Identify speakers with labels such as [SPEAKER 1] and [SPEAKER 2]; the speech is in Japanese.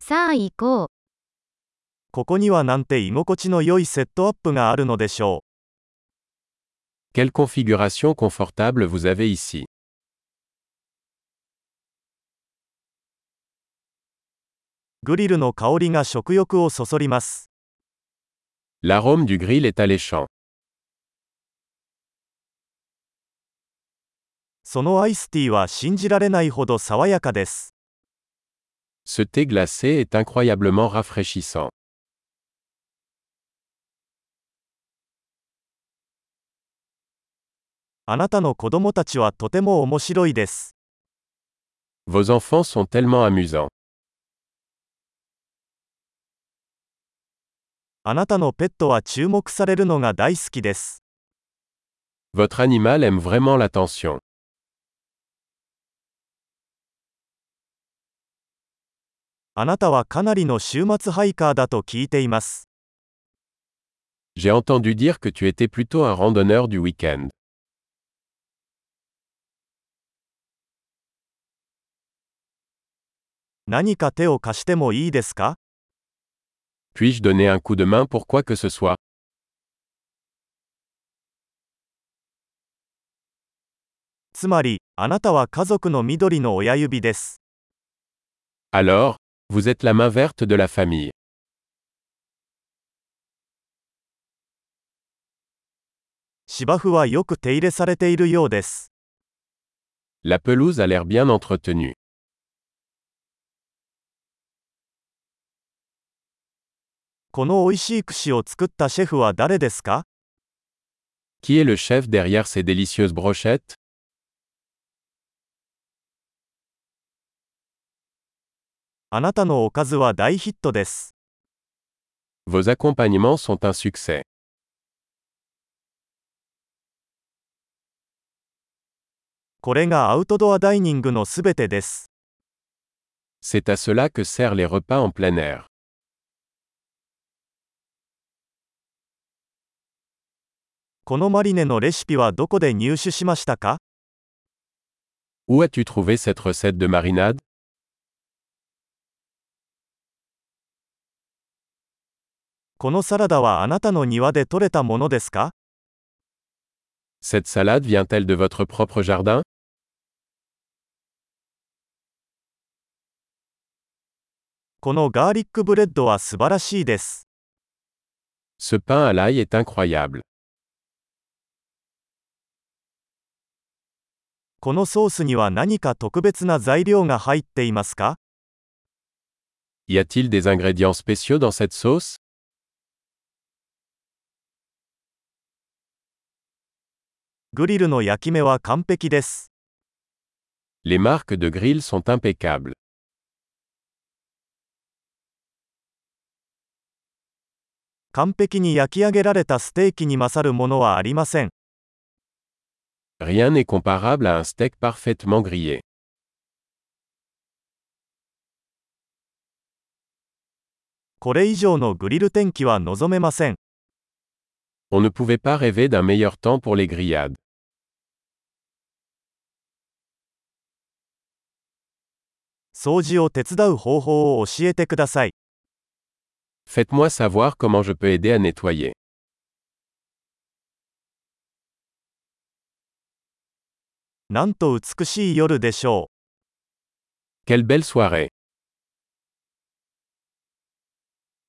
[SPEAKER 1] さあ行こう。
[SPEAKER 2] ここにはなんて居心地の良いセットアップがあるのでしょ
[SPEAKER 3] Quelle configuration confortable vous avez ici.
[SPEAKER 2] う。グリルの香りが食欲をそそります。
[SPEAKER 3] L'arôme du grill est alléchant.
[SPEAKER 2] そのアイスティーは信じられないほど爽やかです。
[SPEAKER 3] Ce thé glacé est incroyablement rafraîchissant.
[SPEAKER 2] あなたの子供たちはとても面白いです。
[SPEAKER 3] Vos enfants sont tellement amusants.
[SPEAKER 2] あなたのペットは注目されるのが大好きです。
[SPEAKER 3] Votre animal aime vraiment l'attention.
[SPEAKER 2] あなたはかなりの週末ハイカーだと聞いています。
[SPEAKER 3] J'ai entendu dire que tu étais plutôt un randonneur du week-end.
[SPEAKER 2] 何か手を貸してもいいですか
[SPEAKER 3] Puis-je donner un coup de main pour quoi que ce soit
[SPEAKER 2] つまり、あなたは家族の緑の親指です。
[SPEAKER 3] Alors, vous êtes la main verte de la famille.
[SPEAKER 2] 芝生はよく手入れされているようです。
[SPEAKER 3] La pelouse a l'air bien entretenue.
[SPEAKER 2] この美味しい串を作ったシェフは誰ですか
[SPEAKER 3] Qui est le chef derrière ces délicieuses brochettes
[SPEAKER 2] あなたのおかずは大ヒットです。
[SPEAKER 3] Vos accompagnements sont un succès.
[SPEAKER 2] これがアウトドアダイニングのすべてです。
[SPEAKER 3] C'est à cela que servent les repas en plein air.
[SPEAKER 2] このマリネのレシピはどこで入手しましたか
[SPEAKER 3] Où as-tu trouvé cette recette de marinade
[SPEAKER 2] このサラダはあなたの庭で採れたものですか
[SPEAKER 3] Cette salade vient-elle de votre propre jardin
[SPEAKER 2] このガーリックブレッドは素晴らしいです。
[SPEAKER 3] Ce pain à l'ail est incroyable.
[SPEAKER 2] このソースには何か特別な材料が入っていますか
[SPEAKER 3] Y a-t-il des ingrédients spéciaux dans cette sauce
[SPEAKER 2] グリルの焼き目は完璧です。
[SPEAKER 3] Les marques de grill sont impeccables.
[SPEAKER 2] 完璧に焼き上げられたステーキに勝るものはありません。
[SPEAKER 3] Rien n'est comparable à un steak parfaitement grillé.
[SPEAKER 2] これ以上のグリル天気は望めません。
[SPEAKER 3] On ne pouvait pas rêver d'un meilleur temps pour les grillades.
[SPEAKER 2] 掃除を手伝う方法を教えてください。
[SPEAKER 3] Faites-moi savoir comment je peux aider à nettoyer.
[SPEAKER 2] なんと美しい夜でしょう。
[SPEAKER 3] Quelle belle soirée